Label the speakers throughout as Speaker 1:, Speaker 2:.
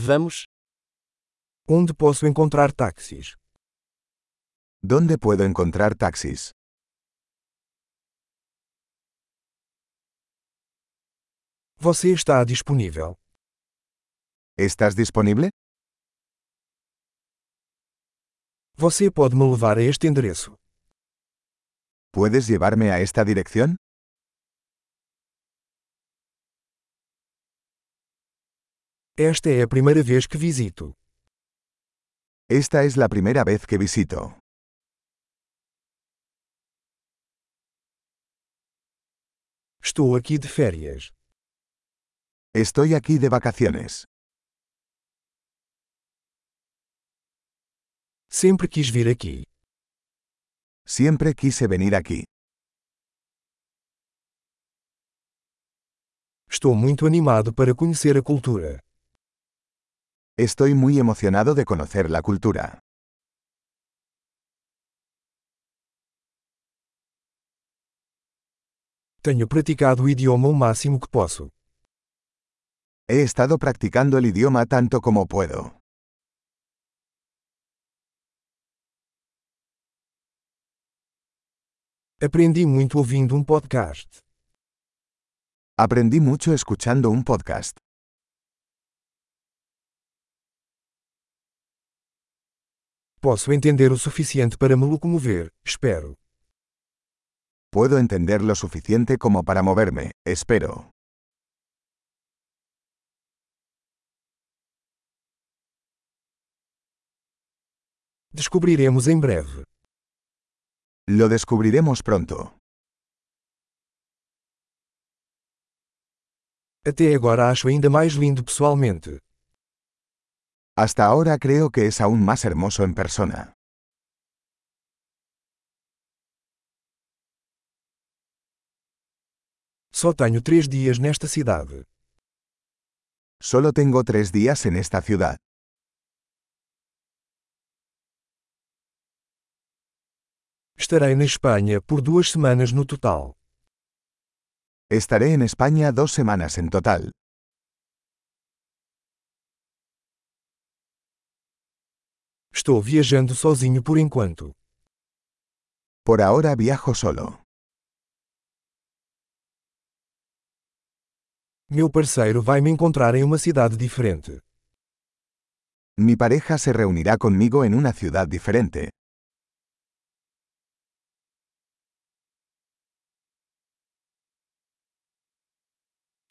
Speaker 1: Vamos.
Speaker 2: Onde posso encontrar táxis?
Speaker 3: ¿Dónde puedo encontrar taxis?
Speaker 2: Você está disponível?
Speaker 3: ¿Estás disponible?
Speaker 2: Você pode me levar a este endereço?
Speaker 3: ¿Puedes llevarme a esta dirección?
Speaker 2: Esta é a primeira vez que visito.
Speaker 3: Esta es la primera vez que visito.
Speaker 2: Estou aqui de férias.
Speaker 3: Estoy aquí de vacaciones.
Speaker 2: Sempre quis vir aqui.
Speaker 3: Siempre quise venir aquí.
Speaker 2: Estou muito animado para conhecer a cultura.
Speaker 3: Estoy muy emocionado de conocer la cultura.
Speaker 2: Tenho praticado o idioma o máximo que posso.
Speaker 3: He estado practicando el idioma tanto como puedo.
Speaker 2: Aprendi muito ouvindo um podcast.
Speaker 3: Aprendí mucho escuchando un podcast.
Speaker 2: Posso entender o suficiente para me locomover, espero.
Speaker 3: Puedo entender lo suficiente como para moverme, espero.
Speaker 2: Descobriremos em breve.
Speaker 3: Lo descubriremos pronto.
Speaker 2: Até agora acho ainda mais lindo pessoalmente.
Speaker 3: Hasta ahora creo que es aún más hermoso en persona.
Speaker 2: Só tenho três dias nesta cidade.
Speaker 3: Solo tengo tres días en esta ciudad.
Speaker 2: Estarei na Espanha por duas semanas no total.
Speaker 3: Estaré en España dos semanas en total.
Speaker 2: Estou viajando sozinho por enquanto.
Speaker 3: Por ahora viajo solo.
Speaker 2: Meu parceiro vai me encontrar em uma cidade diferente.
Speaker 3: Mi pareja se reunirá conmigo en una ciudad diferente.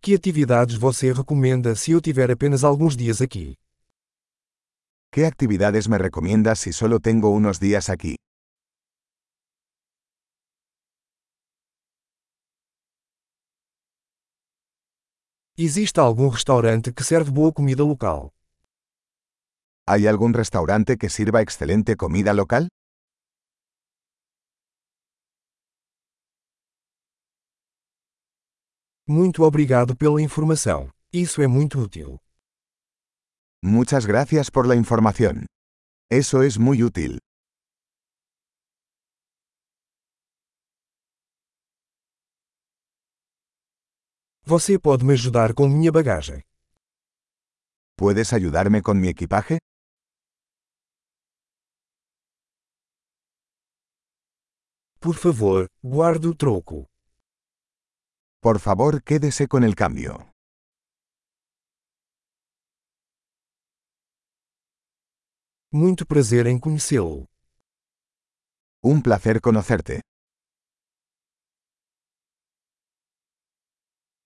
Speaker 2: Que atividades você recomenda se eu tiver apenas alguns dias aqui?
Speaker 3: ¿Qué actividades me recomiendas si solo tengo unos días aquí?
Speaker 2: Existe algum restaurante que serve boa comida local?
Speaker 3: ¿Hay algún restaurante que sirva excelente comida local?
Speaker 2: Muito obrigado pela informação. Isso é muito útil.
Speaker 3: Muchas gracias por la información. Eso es muy útil.
Speaker 2: Você pode me ajudar com minha bagagem.
Speaker 3: ¿Puedes ayudarme con mi equipaje?
Speaker 2: Por favor, guarde o troco.
Speaker 3: Por favor, quédese con el cambio.
Speaker 2: Muito prazer em conhecê-lo.
Speaker 3: Un placer conocerte.